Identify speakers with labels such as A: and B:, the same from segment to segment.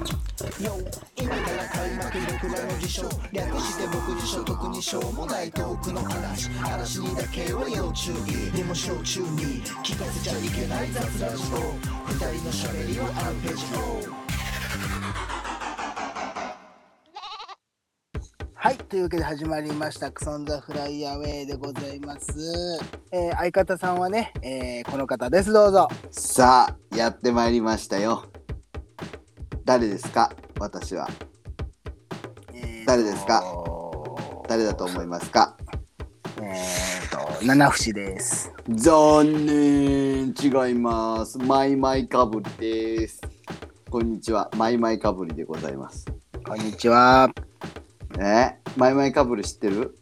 A: よ今から開幕僕らの受賞略して僕自所特にしょうもないトークの話嵐にだけは要注意でも小中に聞かせちゃいけない雑ラジオ二人のしゃべりはアンページ
B: はい、というわけで始まりました、クソンザフライアウェイでございます。えー相方さんはね、えーこの方です、どうぞ。
C: さあやってまいりましたよ誰ですか私は
B: えー
C: 誰ですか誰だと思いますか
B: えーと、七節です。
C: 残念違いますマイマイかぶりですこんにちはマイマイかぶりでございます
B: こんにちは。
C: えマイマイかぶり知ってる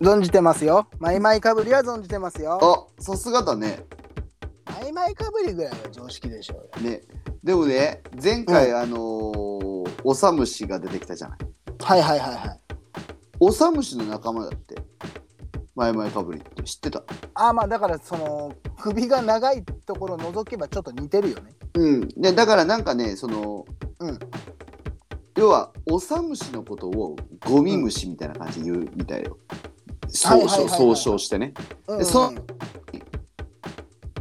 B: 存じてますよ。マイマイかぶりは存じてますよ。
C: あさすがだね
B: マイマイかぶりぐらいは常識でしょうよ。
C: ねでもね前回、
B: う
C: あのー、オサムシが出てきたじゃない
B: はいはいはいはい。
C: オサムシの仲間だってマイマイかぶりって知ってた
B: あーまあだからその首が長いところを除けばちょっと似てるよね。
C: うん、でだからなんかねその、
B: うん
C: 要はオサムシのことをゴミ虫みたいな感じで言うみたいよ、
B: はい
C: 総
B: はいはい
C: 称
B: はい
C: 総称してね
B: うん
C: でそ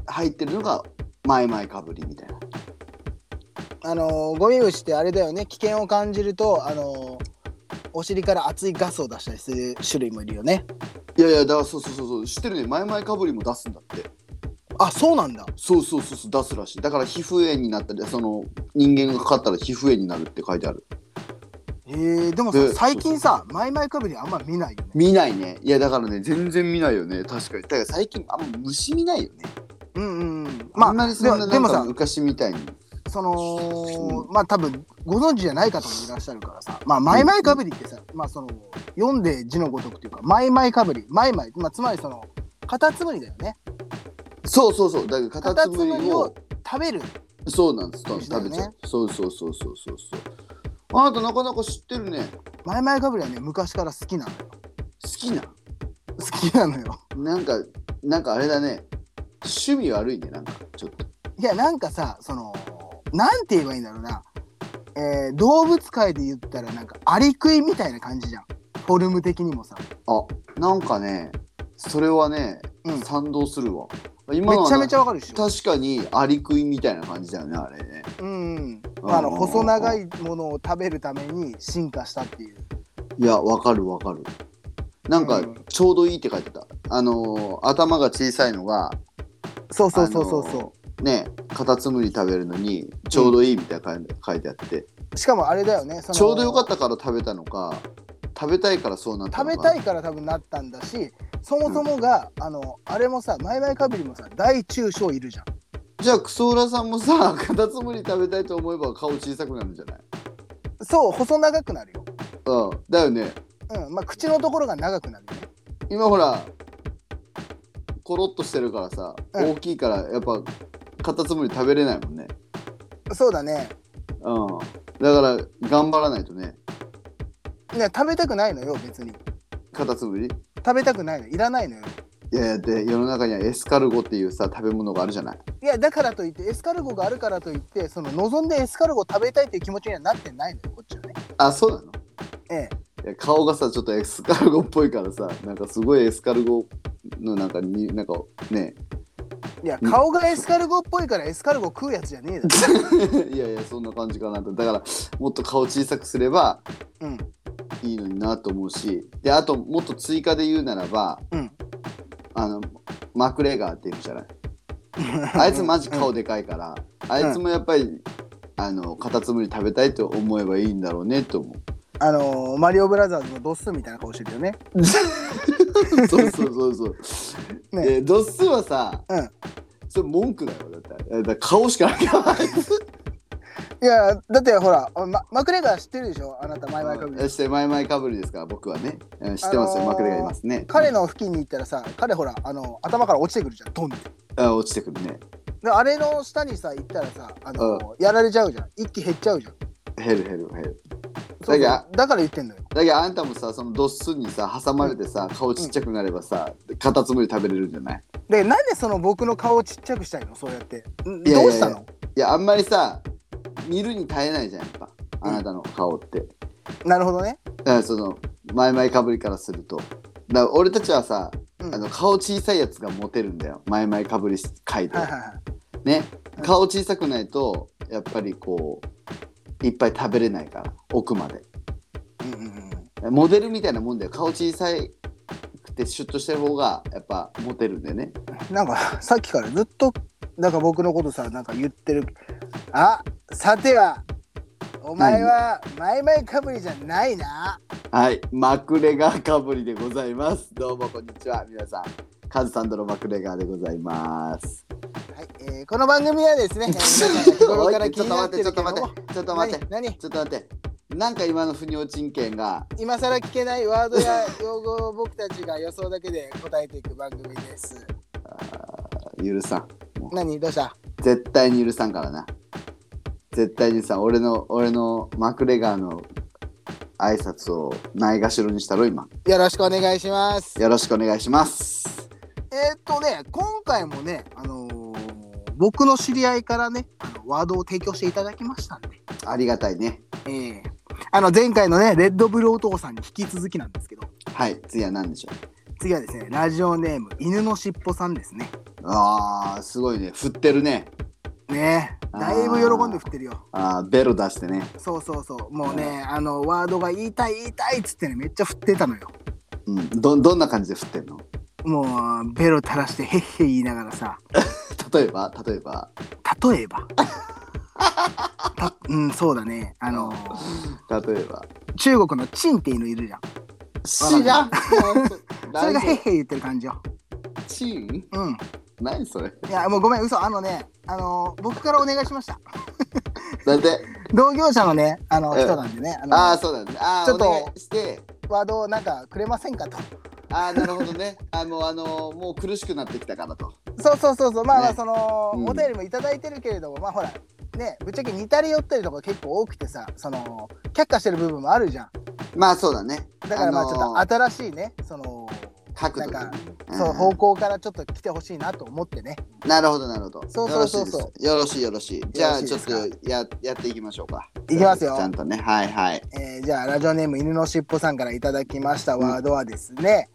C: 入ってるのが前々かぶりみたいな
B: あのーゴミ虫ってあれだよね危険を感じるとあのーお尻から熱いガスを出したりする種類もいるよね
C: いやいやだからそうそうそうそう知ってるね前々かぶりも出すんだって
B: あそうなんだ
C: そうそうそうそう出すらしいだから皮膚炎になったりその人間がかかったら皮膚炎になるって書いてある
B: へえでも
C: で
B: さ最近さマイマイかぶりあんま見ないよね
C: 見ないねいやだからね全然見ないよね確かにだから最近あんま虫見ないよね
B: うんうんうん
C: ま
B: ま
C: あんまり
B: あ
C: そ
B: で
C: んな
B: も
C: な
B: で
C: ん
B: も
C: か
B: さ
C: 昔みたいに
B: そのまあ多分ご存知じゃない方もいらっしゃるからさまあマイマイかぶりってさまあその読んで字のごとくというかマイマイかぶりマイマイ、まあ、つまりそのカタツムリだよね
C: そうそうそうだからカ
B: カタ
C: タツ
B: ツ
C: ム
B: ム
C: リ
B: リ
C: を
B: を食べる
C: そうなんです多分
B: 虫だよ
C: 食
B: ね
C: べちゃう、そうそうそうそうそうそうあなたなかなか知ってるね
B: マイマイかぶりはね昔から好きなのよ
C: 好きな
B: 好きなのよ
C: なんかなんかあれだね趣味悪いねなんかちょっと
B: いやなんかさそのなんて言えばいいんだろうな、えー動物界で言ったらなんかアリクイみたいな感じじゃんフォルム的にもさ
C: あなんかねそれはね、
B: うん
C: 賛同するわ今
B: め
C: のは
B: ちゃめち
C: ゃ
B: ゃわかるでしょ、
C: 確かにアリクイみたいな感じだよねあれね
B: うんうん、あの
C: うん
B: 細長いものを食べるために進化したっていう
C: いやわかるわかるなんか
B: うん
C: ちょうどいいって書いてた、あのー頭が小さいのが
B: そうそうそうそうそう、
C: あのーねカタツムリ食べるのにちょうどいいみたいな感じで書いてあって、
B: しかもあれだよねその
C: ちょうどよかったから食べたのか食べたいからそうなった
B: 食
C: のか
B: べたいから多分なったんだしそもそもが、あのあれもさマイマイカビリもさ大中小いるじゃん
C: じゃあクソウラさんもさ カタツムリ食べたいと思えば顔小さくなるんじゃない
B: そう細長くなるよ、
C: うんだよね
B: うんまあ、口のところが長くなるよね
C: 今ほらコロッとしてるからさ、
B: うん
C: 大きいからやっぱカタツムリ食べれないもんね
B: そうだね
C: うんだから頑張らないとね
B: いや食べたくないのよ別に
C: カタツムリ
B: 食べたくないのいらないのよ
C: いやいやで世の中にはエスカルゴっていうさ食べ物があるじゃない
B: いやだからといってエスカルゴがあるからといってその望んでエスカルゴ食べたいっていう気持ちにはなってないのよこっちはね
C: あそうなの
B: え
C: いや顔がさちょっとエスカルゴっぽいからさなんかすごいエスカルゴのなんかになんかね
B: えいや顔がエスカルゴっぽいからエスカルゴ食うやつじゃねえだろ
C: いやいやそんな感じかなとだからもっと顔小さくすれば
B: うん
C: いいのになと思うしであともっと追加で言うならば、
B: うん
C: あのマクレガーっていう じゃないあいつマジ顔でかいから、あいつもやっぱりあのカタツムリ食べたいと思えばいいんだろうねと思う。
B: あのーマリオブラザーズのドスみたいな顔してるよね
C: そうそうそうそう。
B: ね
C: えー度数はさ、
B: うん
C: それ文句だよだってえーだから顔しかないから。
B: いやだってほら、ま、マクレガー知ってるでしょあなた前々か
C: えーして前々かぶりですから僕はね、えー知ってますよ、
B: あのー
C: マクレがいますね。
B: 彼の付近に行ったらさ彼ほらあの頭から落ちてくるじゃんドンって
C: あ落ちてくるね
B: であれの下にさ行ったらさあのーやられちゃうじゃん一気減っちゃうじゃん
C: 減る減る減る。
B: そうそう
C: だか
B: だから言ってんのよ
C: だけどあんたもさその度数にさ挟まれてさ顔ちっちゃくなればさ、カタツムリ食べれるんじゃない？
B: でなんでその僕の顔をちっちゃくしたいのそうやってん
C: いやいやいや
B: どうしたの
C: いやあんまりさ見るに耐えないじゃんやっぱ。あなたの顔って。
B: なるほどね。
C: だからその前々かぶりからするとだから俺たちはさ、
B: うん
C: あの顔小さいやつがモテるんだよ前々かぶり回で、
B: はいはいは
C: ね
B: うん
C: 顔小さくないとやっぱりこういっぱい食べれないから奥まで
B: い。うんうんうん。
C: モデルみたいなもんだよ顔小さくてシュッとしてる方がやっぱモテるんだよね
B: なんかさっきからずっとなんか僕のことさなんか言ってるあさてはお前はマイマイかぶりじゃないな
C: はいマクレガーかぶりでございますどうもこんにちは皆さんカズサンドのマクレガーでございます
B: はい、えー、この番組は ですね皆さんが日頃から気になって
C: ち
B: る
C: ょっ
B: けれど
C: と待
B: も
C: ってちょっと待って
B: 何何
C: ちょっと待ってなんか今の不尿陳見が
B: 今更聞けないワードや用語を僕たちが予想だけで答えていく番組です
C: 許さん
B: 何どうした
C: 絶対に許さんからな絶対にさ俺の俺のマクレガーの挨拶をないがしろにしたろ今
B: よろしくお願いします
C: よろしくお願いします
B: えーっとね今回もねあのー僕の知り合いからねあのワードを提供していただきましたんで
C: ありがたいね
B: ええあの前回のね、レッドブルお父さんに引き続きなんですけど、
C: はい次は何でしょう
B: 次はですね、ラジオネーム、犬のしっぽさんですね。
C: あーすごいね振ってるね
B: ねえ、だいぶ喜んで振ってるよ。
C: あーベロ出してね
B: そうそうそう、もうね、あの、ワードが言いたい言いたいっつってね、めっちゃ振ってたのよ。
C: うんどどんな感じで振ってんの
B: もう、ベロ垂らして、へっへ言いながらさ、
C: 例えば例えば
B: 例えば。たうん、そうだね。あの、
C: 例えば
B: 中国のチンっていうのいるじゃん。
C: 知らん
B: それが
C: 何そ
B: へっ
C: れ
B: へ言ってる感じよ。
C: チン
B: うん。
C: 何それ
B: いや、もうごめん、嘘。あのね、あの、僕からお願いしました。
C: だって
B: 同業者のね、あの、
C: ええ
B: 人なんでね、あの
C: ああそうなんだあ
B: ち
C: あ
B: ょっ
C: お
B: と
C: 願いして
B: ワードをなんかくれませんかと。
C: ああなるほどねあもうあのもう苦しくなってきたからと
B: そうそうそうそう、まあまあ
C: ね
B: その、
C: うん
B: お便りもいただいてるけれども、まあほら、ね、ぶっちゃけ似たり寄ったりとか結構多くてさ、その、却下してる部分もあるじゃん。
C: まあそうだね
B: だからまあ
C: の
B: ち
C: ー
B: ょっと新しいね、その、
C: 角度
B: なんか
C: ん
B: その方向からちょっと来てほしいなと思ってね。
C: なるほどなるほど
B: そうそうそうそう
C: よろしいですよろしいよろしいじゃ
B: よ
C: あ
B: ろしい
C: ち
B: で
C: ょっ
B: すか
C: とややっていきましょうか
B: いきますよ
C: ちゃんとねはいはい
B: えーじゃあ、ラジオネーム犬のしっぽさんからいただきましたワードはですね、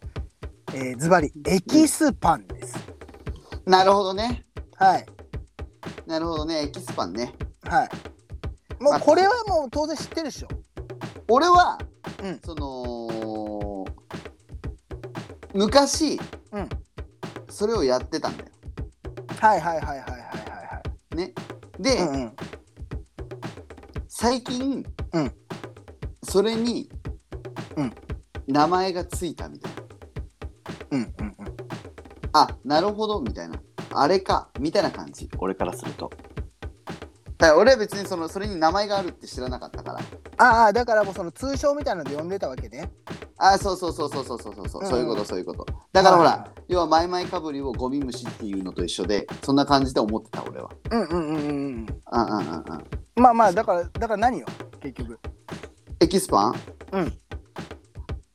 B: えーズバリ、エキスパンです。
C: なるほどね
B: はい。
C: なるほどねエキスパンね
B: はい。も
C: ま
B: う
C: あ
B: これはもう当然知ってるでしょ。
C: 俺は、
B: うん
C: その昔、
B: うん
C: それをやってたんだよ
B: はいはいはいはいはいは
C: ねで、
B: いはい。うんうん。
C: 最近、
B: うん
C: それに、
B: うん
C: 名前がついたみたいな
B: うんうんうん。
C: あなるほどみたいなあれかみたいな感じ俺からするとだから俺は別にそのそれに名前があるって知らなかったから
B: ああだからもうその通称みたいなので呼んでたわけね
C: あそうそうそうそうそうそうそうそう、
B: うん
C: そういうことそういうことだからほら、
B: はいはい
C: 要はマイマイかぶりをゴミ虫っていうのと一緒でそんな感じで思ってた俺は
B: うんうんうんうん
C: うんうんうんうん
B: うんまあまあだからだから何よ結局
C: エキスパン
B: うん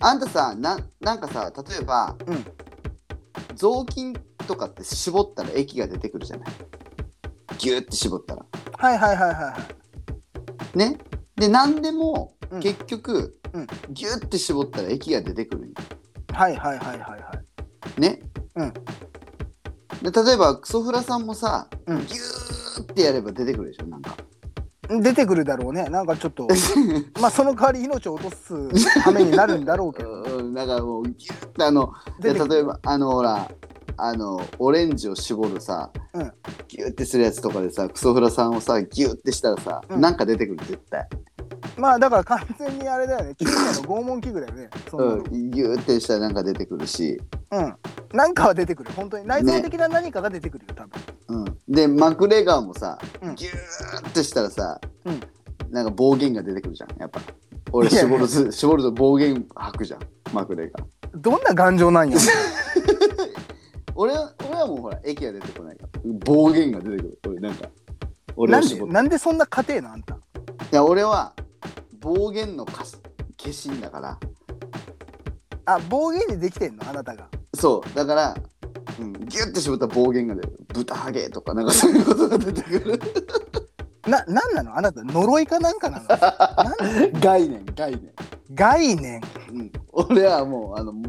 C: あんたさななんかさ例えば、
B: うん
C: 雑巾とかって絞ったら液が出てくるじゃないギューって絞ったら
B: はいはいはいはいは
C: ねで何でも、
B: うん
C: 結局、
B: うん
C: ギューって絞ったら液が出てくるんよ
B: いはいはいはいはいはい
C: ね、
B: うん
C: で例えばクソフラさんもさ、
B: うん
C: ギューってやれば出てくるでしょなんか
B: 出てくるだろうねなんかちょっとまあその代わり命を落とすためになるんだろうけど
C: うんなんかもうギューってあので
B: 出てくる
C: 例えばあのほらあのオレンジを絞るさ、
B: うん
C: ギューってするやつとかでさクソフラさんをさギューってしたらさ、
B: うん
C: なんか出てくる絶対、
B: まあだから完全にあれだ よね機械の拷問器具だよねその
C: うん、ギューってしたらなんか出てくるし、
B: うんなんかは出てくる本当に内臓的な何かが出てくるよ多分
C: うん、でマクレガーもさ、
B: うん
C: ギューってしたらさ、
B: うん
C: なんか暴言が出てくるじゃんやっぱ俺
B: いやいや
C: 絞ると絞ると暴言吐くじゃんマクレガー
B: どんな頑丈 なんや
C: 俺は俺はもうほら駅が出てこないから暴言が出てくる俺なんか俺
B: な
C: を
B: ん
C: 絞っ
B: で
C: て
B: なんでそんな家庭なんあんた
C: いや俺は暴言のかし化身だから
B: あ暴言でできてんのあなたが
C: そうだから、 うん、ギュッて絞ったら暴言が出る豚ハゲとかなんかそういうことが出てくる
B: な、なんなのあなた、呪いかなんかな のなん
C: 概念概念、
B: 概念。
C: うん、俺はもうあの物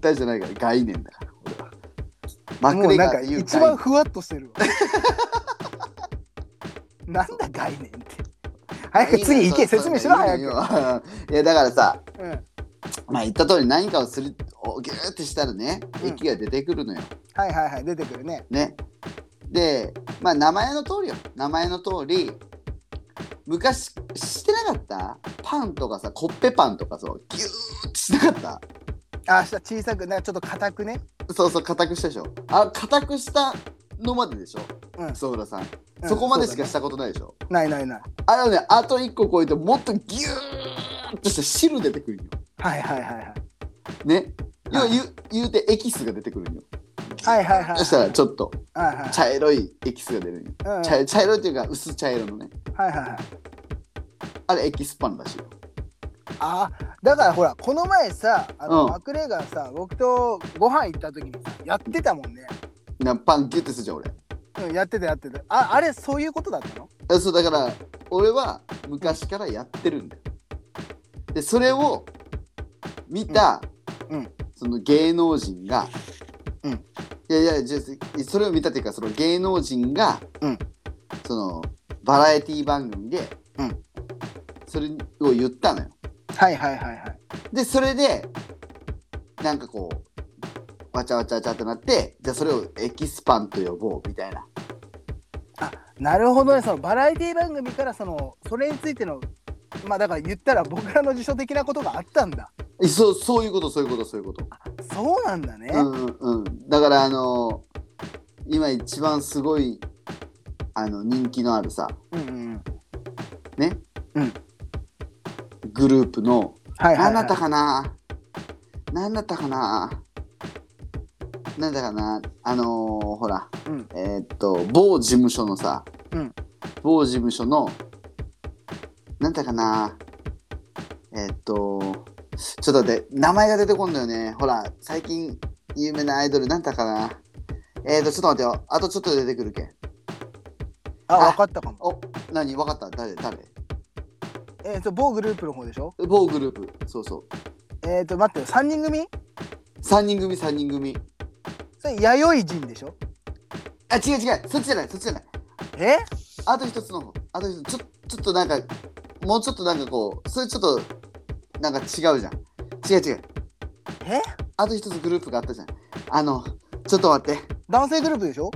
C: 体じゃないから概念だから俺はマ
B: も
C: ク
B: う
C: レ
B: なん
C: ガー
B: か
C: っていう
B: 一
C: 概
B: 番
C: 念
B: ふわっとしてるわ。 なんだ概念って。早く次行け、説明しろ、早
C: い
B: く。
C: や いやだからさ
B: うん
C: まあ言った通り何かをするをギューってしたらね
B: うん
C: 液が出てくるのよ、
B: はいはいはい、出てくるね。
C: ねでまあ名前の通りよ名前の通り昔してなかったパンとかさコッペパンとかそうギューってしなかっ
B: あ、した小さく、なんかちょっと硬くね。
C: たそうそう硬くしたでしょあ硬くしたのまででしょ
B: うん
C: 曽浦さん、
B: うん
C: そこまでし
B: そうだ
C: か
B: ね
C: したことないでしょ
B: ないないない。
C: あれはねあと1個超えてもっとギューっとした汁出てくるんよ
B: はいはいはいはい。
C: ね要
B: は
C: は
B: い
C: 言う言うてエキスが出てくるんよ
B: はいはいはい
C: そしたらちょっと
B: はいはい。
C: 茶色いエキスが出るんよ
B: うんはい
C: 茶茶色いというか薄茶色のね
B: はいはい。
C: あれエキスパンらしいよ
B: あだからほらこの前さあの、
C: うん
B: マクレガーさ僕とご飯行った時にさやってたもんね、
C: なパンギュッてするじゃん俺
B: うん、やってたやってたああれそういうことだったの
C: えそうだから俺は昔からやってるんだよでそれを見た、
B: うんうん
C: その芸能人が、
B: うん
C: いやいやじゃあそれを見たっていうかその芸能人が、
B: うん
C: そのバラエティ番組で、
B: うん
C: それを言ったのよ
B: はいはいはいはい
C: でそれでなんかこうわちゃわちゃわちゃってなってじゃあそれをエキスパンと呼ぼうみたいな
B: なるほどねそのバラエティ番組からそのそれについてのまあだから言ったら僕らの辞書的なことがあったんだ
C: えそうそういうことそういうことそういうこと
B: そうなんだね、
C: うんうんうん、だからあのー今一番すごいあの人気のあるさ
B: うん、うんうん
C: ね、
B: うん
C: グループの
B: はいはい、は
C: 何だ
B: い
C: った、かな何だったかな何だかなあのーほら
B: うん、
C: えーっと某事務所のさ、
B: うん
C: 某事務所の何だかなえーっとちょっと待って名前が出てこんだよねほら最近有名なアイドル何だったかなえーっとちょっと待ってよあとちょっとで出てくるけん
B: あ
C: あ
B: 分かったかも
C: お何分かった誰誰
B: えっ、と某グループの方でしょ
C: 某グループそうそう
B: えっ、と待ってよ3人組
C: 3人組3人組
B: それ弥生人でしょ
C: あ違う違うそっちじゃないそっちじゃない
B: え
C: あと一つの方あと一つちょちょっとなんかもうちょっとなんかこうそれちょっとなんか違うじゃん違う違う
B: え
C: あと一つグループがあったじゃんあのちょっと待って
B: 男性グループでしょ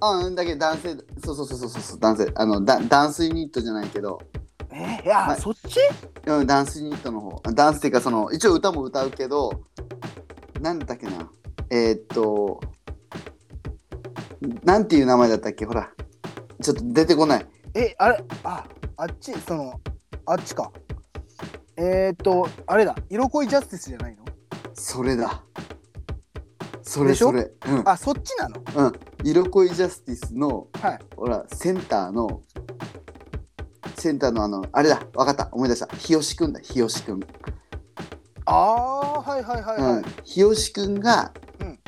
C: あうんだけど男性そうそうそうそうそうそう男性あのだダンスユニットじゃないけど
B: えいや、
C: はい
B: そっち
C: うんダンスユニットの方あダンスっていうかその一応歌も歌うけどなんだっけなえーっとなんていう名前だったっけほらちょっと出てこない
B: えあれああっちそのあっちかえー、っとあれだ色恋ジャスティスじゃないの
C: それだそれ
B: でしょ
C: それうん
B: あそっちなの
C: うん、色恋ジャスティスの
B: はい
C: ほらセンターのセンターのあのあれだわかった思い出した日吉くんだ日吉くん、
B: あーはいはいはいはい、
C: うん、日吉くんが、
B: うん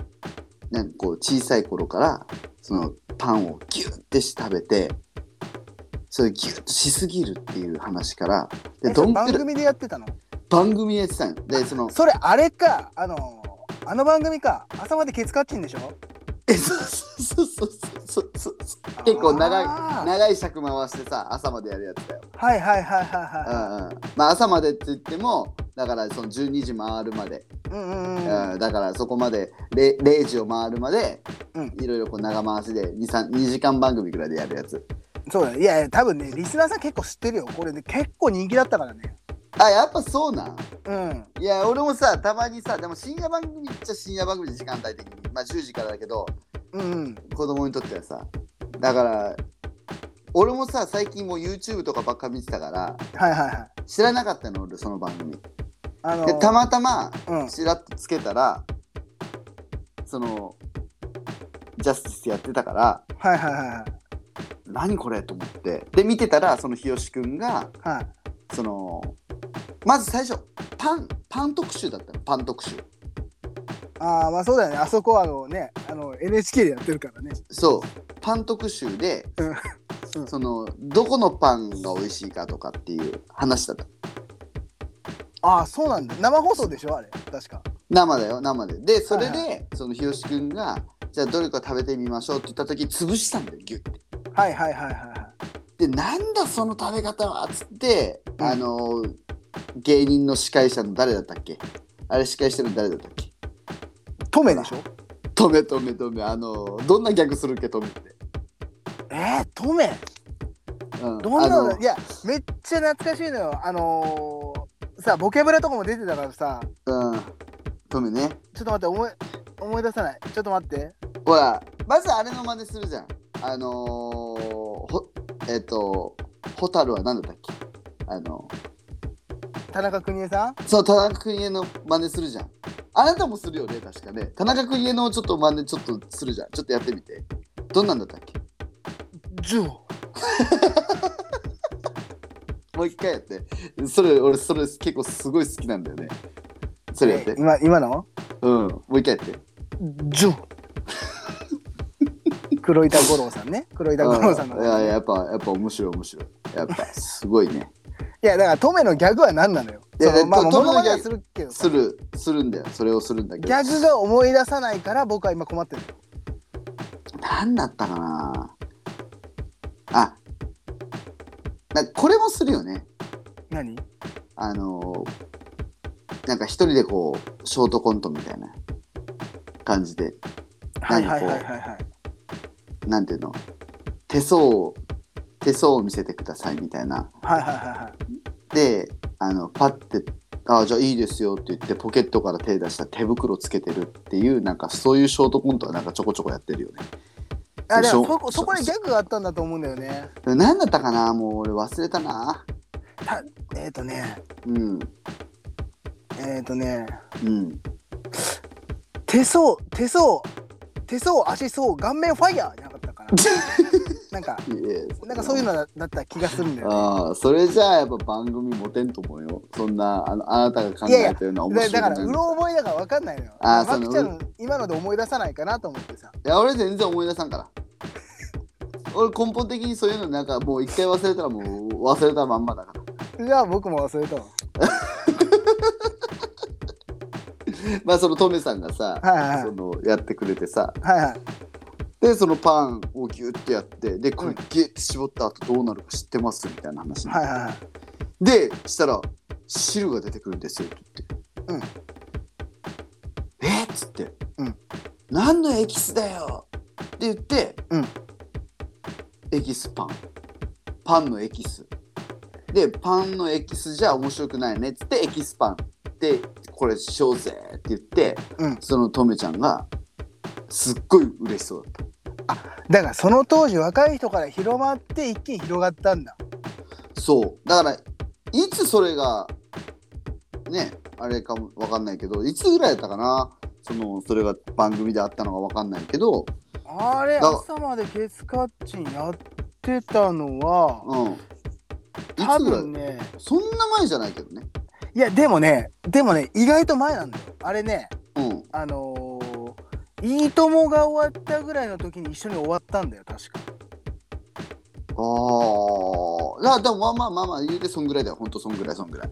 C: なんかこう小さい頃からそのパンをギュッてし食べてそれギュッとしすぎるっていう話からで
B: えそ
C: ど
B: れ
C: ん
B: 番
C: くらい
B: 組でやってたの
C: 番組やってたんよでそ の
B: それあれかあのあの番組か朝までケツカッチンでしょ
C: えそうそうそうそうそうそう結構長い
B: あー
C: 長い尺回してさ朝までやるやつだよ
B: はいはいはいはいは
C: うんうんまあ朝までって言ってもだからその12時回るまで、
B: いうんうん
C: う
B: うんん
C: だからそこまで 0, 0時を回るまで、
B: うん
C: いろいろこう長回しで 2, 3 2時間番組ぐらいでやるやつ
B: そうだいやいや多分ねリスナーさん結構知ってるよこれね結構人気だったからね
C: あやっぱそうなん
B: うん
C: いや俺もさたまにさでも深夜番組っちゃ深夜番組で時間帯的にまあ10時からだけど
B: うんうん
C: 子供にとってはさだから俺もさ最近もう YouTube とかばっか見てたから
B: はいはいはい
C: 知らなかったの俺その番組
B: あの
C: でたまたま
B: うん
C: ちらっとつけたらそのジャスティスやってたから
B: はいはいはいはい
C: 何これと思ってで見てたらその日吉くんが
B: はい
C: そのまず最初パンパン特集だったのパン特集
B: ああまあそうだよねあそこはあのねあの NHK でやってるからね
C: そうパン特集で
B: うんうん
C: そのどこのパンが美味しいかとかっていう話だった
B: ああ、そうなんだ。生放送でしょあれ。確か。
C: 生だよ生ででそれで、
B: はい
C: そのひろしくんがじゃあどれか食べてみましょうって言った時潰したんだよギュッて
B: はいはいはいはいは
C: でなんだその食べ方はっつって、
B: うん
C: あの芸人の司会者の誰だったっけあれ司会してるの誰だったっけ
B: い。トメでしょ
C: 止め止め止めあのどんな逆するっけ止めって、
B: えー、トメ
C: うん、
B: どんな
C: あ
B: の
C: の
B: いや、めっちゃ懐かしいのよ。あのー、さ、ボケブラとかも出てたからさ、
C: うん止めね
B: ちょっと待って、思い、思い出さない。ちょっと待って。
C: ほらまずあれの真似するじゃんあのー、ほえっ、と蛍は何だったっけあの
B: 田中邦衛さん
C: そう田中邦衛の真似するじゃんあなたもするよね確かね田中邦衛のちょっと真似ちょっとするじゃんちょっとやってみてどんなんだったっけ
B: ジュー。
C: もう一回やってそれ俺それ結構すごい好きなんだよねそれやって
B: え今、今の
C: うんもう一回やって
B: ジュー。黒板五郎さんね。黒板五郎さんの。
C: うんいややっぱやっぱ面白い面白いやっぱすごいね
B: いやだからトメのギャグは何なのよ。
C: いや
B: そのまあ
C: ト
B: モ
C: トメ
B: ノ
C: の
B: マ
C: ギ
B: ネは
C: ャグ
B: するけどさ
C: するするんだよそれをするんだけ
B: ギ
C: ど
B: ャグが思い出さないから僕は今困ってる。
C: 何だったかなあなんかこれもするよね
B: 何？
C: あのーなんか一人でこうショートコントみたいな感じで
B: はいはいはいはいはい。
C: なんていうの手相を手相を見せてくださいみたいな
B: はいはいはいはい。
C: であのパッて「あじゃあいいですよ」って言ってポケットから手出した手袋つけてるっていうなんかそういうショートコントはなんかちょこちょこやってるよね。
B: あでも
C: しょ
B: そこそこにギ
C: そ
B: ャグがあったんだと思うんだよね。
C: でも何だったかなもう俺忘れたな。
B: たえっ、ー、とね
C: うん
B: えっ、ー、とね
C: うん。
B: 手相手相手相足相顔面ファイヤーじゃなかった かな。なんか
C: いえ
B: なんかそういうのだだった気がするんだよね。
C: ああそれじゃあやっぱ番組モテんと思うよそんなあのあなたが考えたような面白
B: だ
C: い
B: だから
C: こと
B: う
C: ない
B: ろ覚えだから分かんないのよ。
C: あー
B: ま
C: そ
B: き
C: の
B: ちゃん今ので思い出さないかなと思ってさ。
C: いや俺全然思い出さんから 俺根本的にそういうのなんかもう一回忘れたらもう忘れたまんまだから
B: じゃあ僕も忘れたわ。
C: まあそのトメさんがさ、
B: はいはい
C: そのやってくれてさ
B: はいはい。
C: でそのパンをギュッてやってでこ
B: う
C: れ
B: ん
C: ギュッて絞った後どうなるか知ってますみたいな話になって
B: はいはいはい。
C: でしたら汁が出てくるんですよって言って、えっつって、
B: うん
C: 何のエキスだよって言って、
B: うん
C: エキスパンパンのエキスでパンのエキスじゃ面白くないねっつってエキスパンでこれしようぜって言って
B: うん、
C: そのとめちゃんがすっごい嬉しそうだっ
B: だからその当時若い人から広まって一気に広がったんだ
C: たそうだからいつそれがねあれかもわかんないけどいつぐらいだったかなそのそれが番組であったのかわかんないけど
B: あれ
C: だ
B: 朝まで月カッチンやってたのは
C: うんいつ
B: 多
C: ぐらい
B: 分ね
C: そんな前じゃないけどね
B: いやでもねでもね意外と前なんだよあれね
C: うん
B: あのーいいともが終わったぐらいの時に一緒に終わったんだよ確か
C: ああでもまあまあまあまあ言うてそんぐらいだよほんとそんぐらいそんぐらい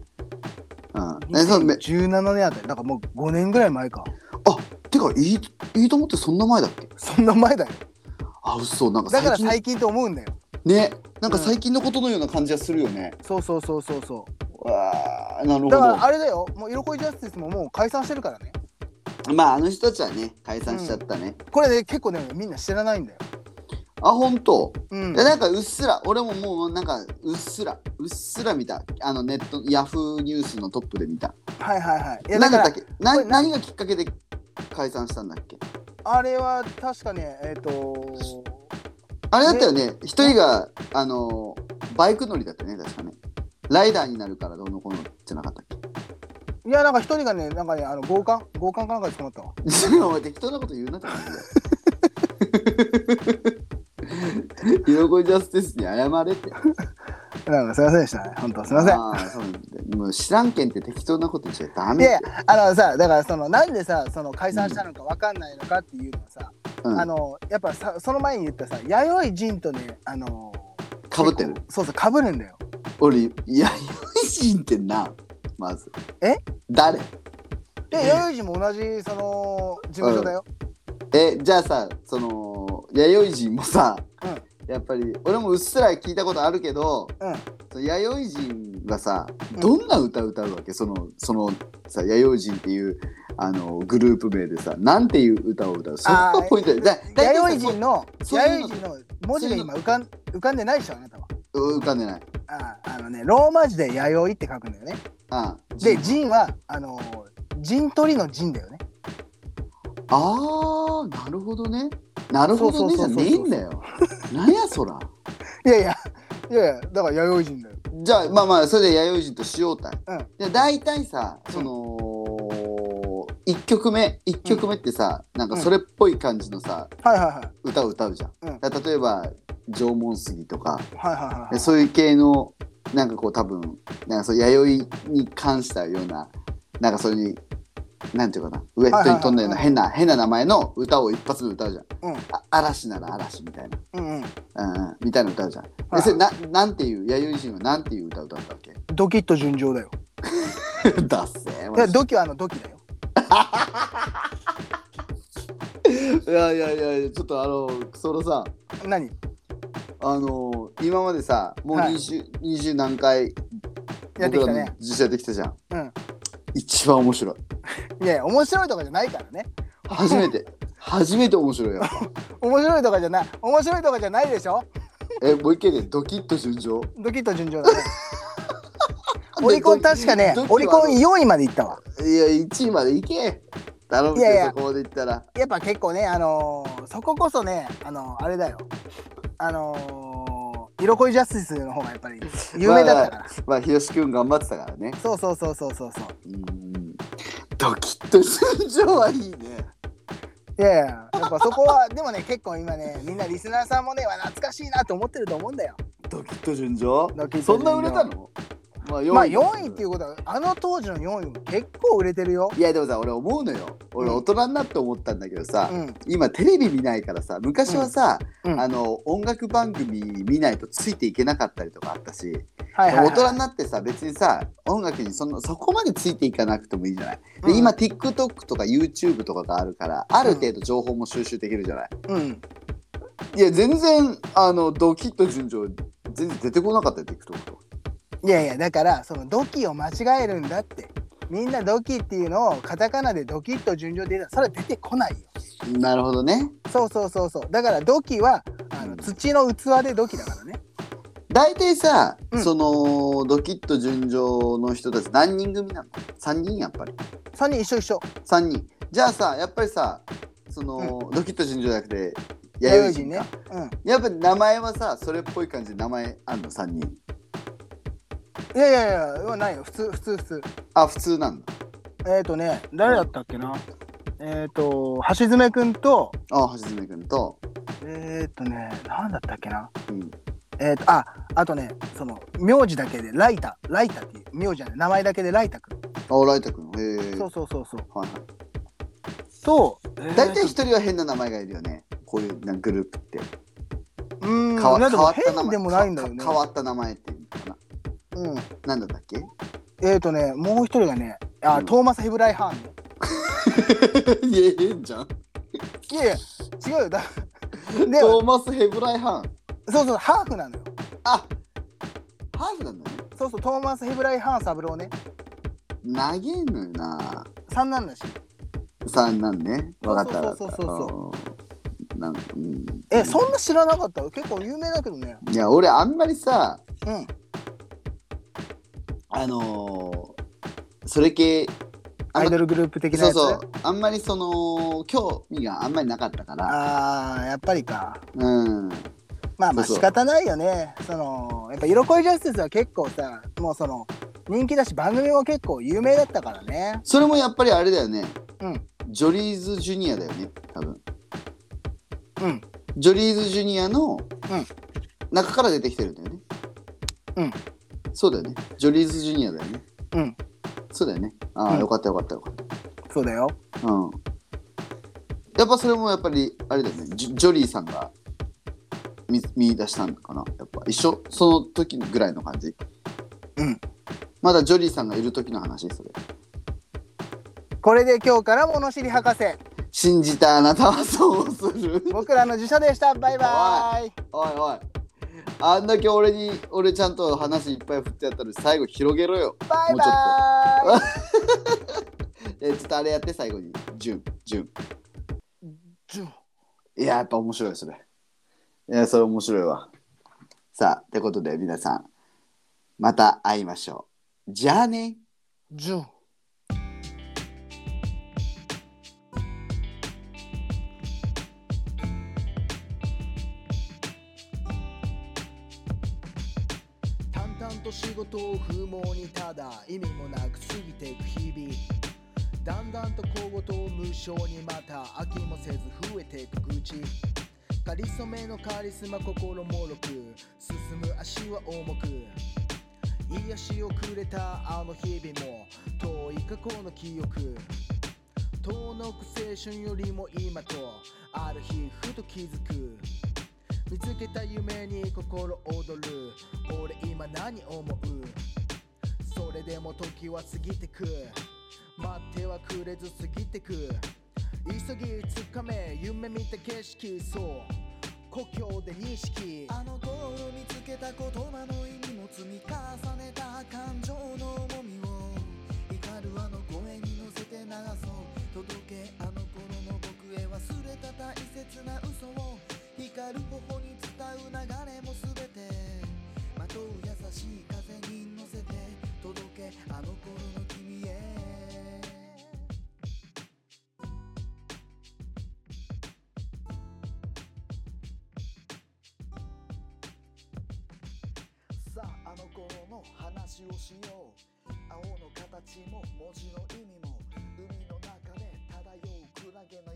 C: うんえそうめ
B: 2017年あたりだからもう5年ぐらい前か
C: てかいいいいと思ってそんな前だっけ
B: そんな前だよ
C: あ嘘なんか
B: だから
C: 最近
B: 最近と思うんだよ
C: ねなんか最近のことのような感じがするよね、
B: そうそうそうそうそう
C: わあなるほ
B: う
C: ど
B: だからあれだよもう色恋ジャスティスももう解散してるからね
C: まああの人たちはね解散しちゃったね、
B: これね結構ねみんな知らないんだよ
C: あ本当、
B: うん
C: いやなんかうっすら俺ももうなんかうっすらうっすら見たあのネットヤフーニュースのトップで見た
B: はいはいはい。いやだ
C: 何
B: か
C: だっ
B: ら
C: たっけな
B: これな
C: 何がきっかけで解散したんだっけ
B: あれは確かねえっ、と
C: あれだったよね一人があのバイク乗りだったよね確かねライダーになるからどうのこうのじゃなかったっけ
B: いやなんか一人がねなんかねあの強姦強姦かなんかで捕まったわ。
C: お前適当なこと言うなって感じだよ。 色恋ジャスティスに謝れって。
B: なんかすいませんでしたね本当すいません。
C: あーそうもう知らんけんって適当なこと言っちゃダ
B: い
C: メ
B: や
C: っ
B: い
C: て。
B: やあのさだからそのなんでさその解散したのかわかんないのかっていうのはさ、
C: うん
B: あのやっぱさその前に言ったさ弥生仁とねあの
C: かぶってる
B: そうそう、かぶるんだよ。
C: 俺弥生人ってなまず
B: え
C: 誰
B: で、弥生人も同じ、その、事務所だよ。
C: えじゃあさその弥生人もさ、
B: う
C: やっぱり俺もうっすら聞いたことあるけど、
B: うん
C: その弥生人がさ
B: うん
C: どんな歌歌うわけ、そのそのさ弥生人っていうあのグループ名でさなんていう歌を歌うそこ
B: あー
C: がポイントだだだ
B: 弥生人の、
C: そういう
B: 弥
C: の
B: 生人の文字が今浮かん、浮かんでないでしょ、あなたは。
C: 浮かんでない
B: ああのね、ローマ字で弥生って書くんだよね。
C: あ
B: で、
C: 人
B: 陣は、あのー、陣取りの陣だよね。
C: あーなるほどねなるほどねじ
B: そうそうそうそ
C: ゃ
B: う
C: ねえんだよなんやそら
B: いやいや、いやいや、だから弥生人だよ。
C: じゃあまあまあそれで弥生人としようたい、
B: うん
C: で大体さその、一1曲目一曲目ってさ、なんかそれっぽい感じのさ
B: はいはいはい。
C: 歌を歌うじゃん、
B: うん
C: だから例えば「縄文杉」とか、
B: はいはいはい。
C: でそういう系のなんかこう多分なんかそう弥生に関したようななんかそれになんていうかなウエットに飛んだような
B: は
C: 変な変な名前の歌を一発で歌うじゃん、
B: うん
C: あ嵐なら嵐みたいな、
B: うんうん。
C: うんうん、みたいな歌うじゃん
B: は
C: で
B: い
C: それななんていう弥生人はなんていう歌を歌ったっけ
B: ドキッと純情だよ。
C: だっせ
B: いや、ドキはあのドキだよ。
C: いやいやいやちょっとあのそのさ
B: 何
C: あの今までさもう
B: はい
C: 20、20何回
B: やってきたね
C: 僕らの実写できたじゃん、
B: うん
C: 一番面白い
B: いやいや、面白いとかじゃないからね。
C: 初 めて初めて面白いよ
B: 面白いとかじゃない。面白いとかじゃないでしょ
C: えもう一回でドキッと順調
B: ドキッと順調だ ね。オリコン確かね
C: ドキ、ドキは
B: オリコン4位まで行ったわ。
C: いや1位までいけ頼む
B: いやいや
C: よそこまでいったら
B: やっぱ結構ね、あのーそここそね、あのーあれだよ。あのー、色恋ジャスティスの方がやっぱり有名だったから。
C: まあ日吉君頑張ってたからね
B: そうそうそうそうそうそう。
C: うんドキッと順調はいいね
B: いやいや、やっぱそこは、 でもね、結構今ね、みんなリスナーさんもね、わ懐かしいなと思ってると思うんだよ。
C: ドキッと順調
B: ドキッと順調
C: そんな売れたのまあ
B: まあ4位っていううことは、あの当時の4位も結構売れてるよ。
C: いやでもさ俺思うのよ俺
B: うん
C: 大人になって思ったんだけどさ、
B: うん。
C: 今テレビ見ないからさ昔はさ、
B: うん
C: あの音楽番組見ないとついていけなかったりとかあったし、
B: はいはい、はい。
C: 大人になってさ別にさ音楽にそのそこまでついていかなくてもいいじゃないで、
B: うん
C: 今 TikTok とか YouTube とかがあるからある程度情報も収集できるじゃない、
B: うん。
C: いや全然あのドキッと順調全然出てこなかったよ TikTok とか
B: いやいや、だから、そのドキを間違えるんだって。みんなドキっていうのをカタカナでドキッと順調で言ったら、それ出てこないよ。
C: なるほどね
B: そうそうそうそう。だから土器はあ
C: う
B: の
C: ん
B: 土の器で土器だからね。
C: 大体さ、
B: うん
C: そのドキッと順調の人たち何人組なの ?3 人やっぱり
B: 三人一緒一緒。
C: 3人じゃあさやっぱりさその、ドキッと順調じゃなくて
B: 弥生
C: 弥
B: 人
C: 生人
B: ね
C: ね。
B: うん。
C: やっぱ名前はさそれっぽい感じで名前あんの3人
B: いやいやいやうわ、ないよ。普通普通普通。
C: あ普通なんだ
B: えっ、ー、とね、誰だったっけな。えっ、ー、と橋爪くんと
C: あはじめくんと、
B: えっ、ー、とね、なんだったっけな。
C: うん、
B: えっ、ー、とああとね、その名字だけでライタライタっていう名字じゃない名前だけでライタくん。
C: あライトくんへえ
B: そうそうそうそう。
C: はいはい
B: と
C: 大体一人は変な名前がいるよねこういうなんかグループって
B: うーん
C: 変わ
B: なんで
C: 変わ
B: も
C: った名前
B: 変でもないんだよね
C: か。変わった名前っていうのかな
B: うん。
C: なんだったっけ
B: えっ、ー、とね、もう一人がね、あ、
C: うん
B: トーマスヘブライハーンね。
C: いや変 じゃん
B: いやいや違うよ だでも
C: トーマス・ヘブライハン
B: そうそうハーフなのよ
C: あハーフなんだね
B: そうそうトーマス・ヘブライ・ハーン・サブローね
C: 長えのよな
B: 三男だし
C: 3なんね分かった分かった
B: そうそうそう
C: うんなんうん
B: えそんな知らなかった結構有名だけどね
C: いや俺あんまりさ
B: うん
C: あのーそれ系あんま
B: アイドルグループ的な
C: そう
B: やつ
C: そうあんまりその興味があんまりなかったから
B: あーやっぱりか
C: うん
B: まあまあ
C: そうそう
B: 仕方ないよねそのやっぱ色恋ジャスティスは結構さもうその人気だし番組も結構有名だったからね
C: それもやっぱりあれだよね
B: うん
C: ジョリーズジュニアだよね多分
B: うん
C: ジョリーズジュニアの
B: ん
C: 中から出てきてるんだよね
B: うん
C: そうだよねジョリーズジュニアだよね
B: うん
C: そうだよねああ、
B: うん
C: よかったよかったよかっ
B: そうだよ
C: たうんやっぱそれもやっぱりあれだよねジョジョリーさんが見見出したのかなやっぱ一緒その時ぐらいの感じ
D: うん
C: まだジョリーさんがいる時の話それ
D: これで今日から物知り博士
C: 信じたあなたはそうする
D: 僕らの辞書でしたバイバイ
C: おいおいあんだけ俺に俺ちゃんと話いっぱい振ってやったのに最後広げろよ
D: バイ
C: もうちょ
D: バイ
C: えちょっとあれやって最後にジュンジュン
D: ジュ ン
C: いややっぱ面白いそれいやそれ面白いわさあってことで皆さんまた会いましょうじゃあね
D: ジュン
B: 淡々と仕事を不毛にただ意味もなく過ぎていく日々だんだんと小言を無償にまた飽きもせず増えていく愚痴かりそめのカリスマ心もろく進む足は重く癒しをくれたあの日々も遠い過去の記憶遠のく青春よりも今とある日ふと気づく見つけた夢に心躍る俺今何思うそれでも時は過ぎてく待ってはくれず過ぎてく急ぎつかめ夢見た景色そう故郷で認識
E: あの頃見つけた言葉の意味も積み重ねた感情の重みを怒るあの声に乗せて流そう届けあの頃の僕へ忘れた大切な嘘を光る頬に伝う流れも全てまとう優しい風に乗せて届けあの頃の君へさああの頃の話をしよう青の形も文字の意味も海の中で漂うクラゲの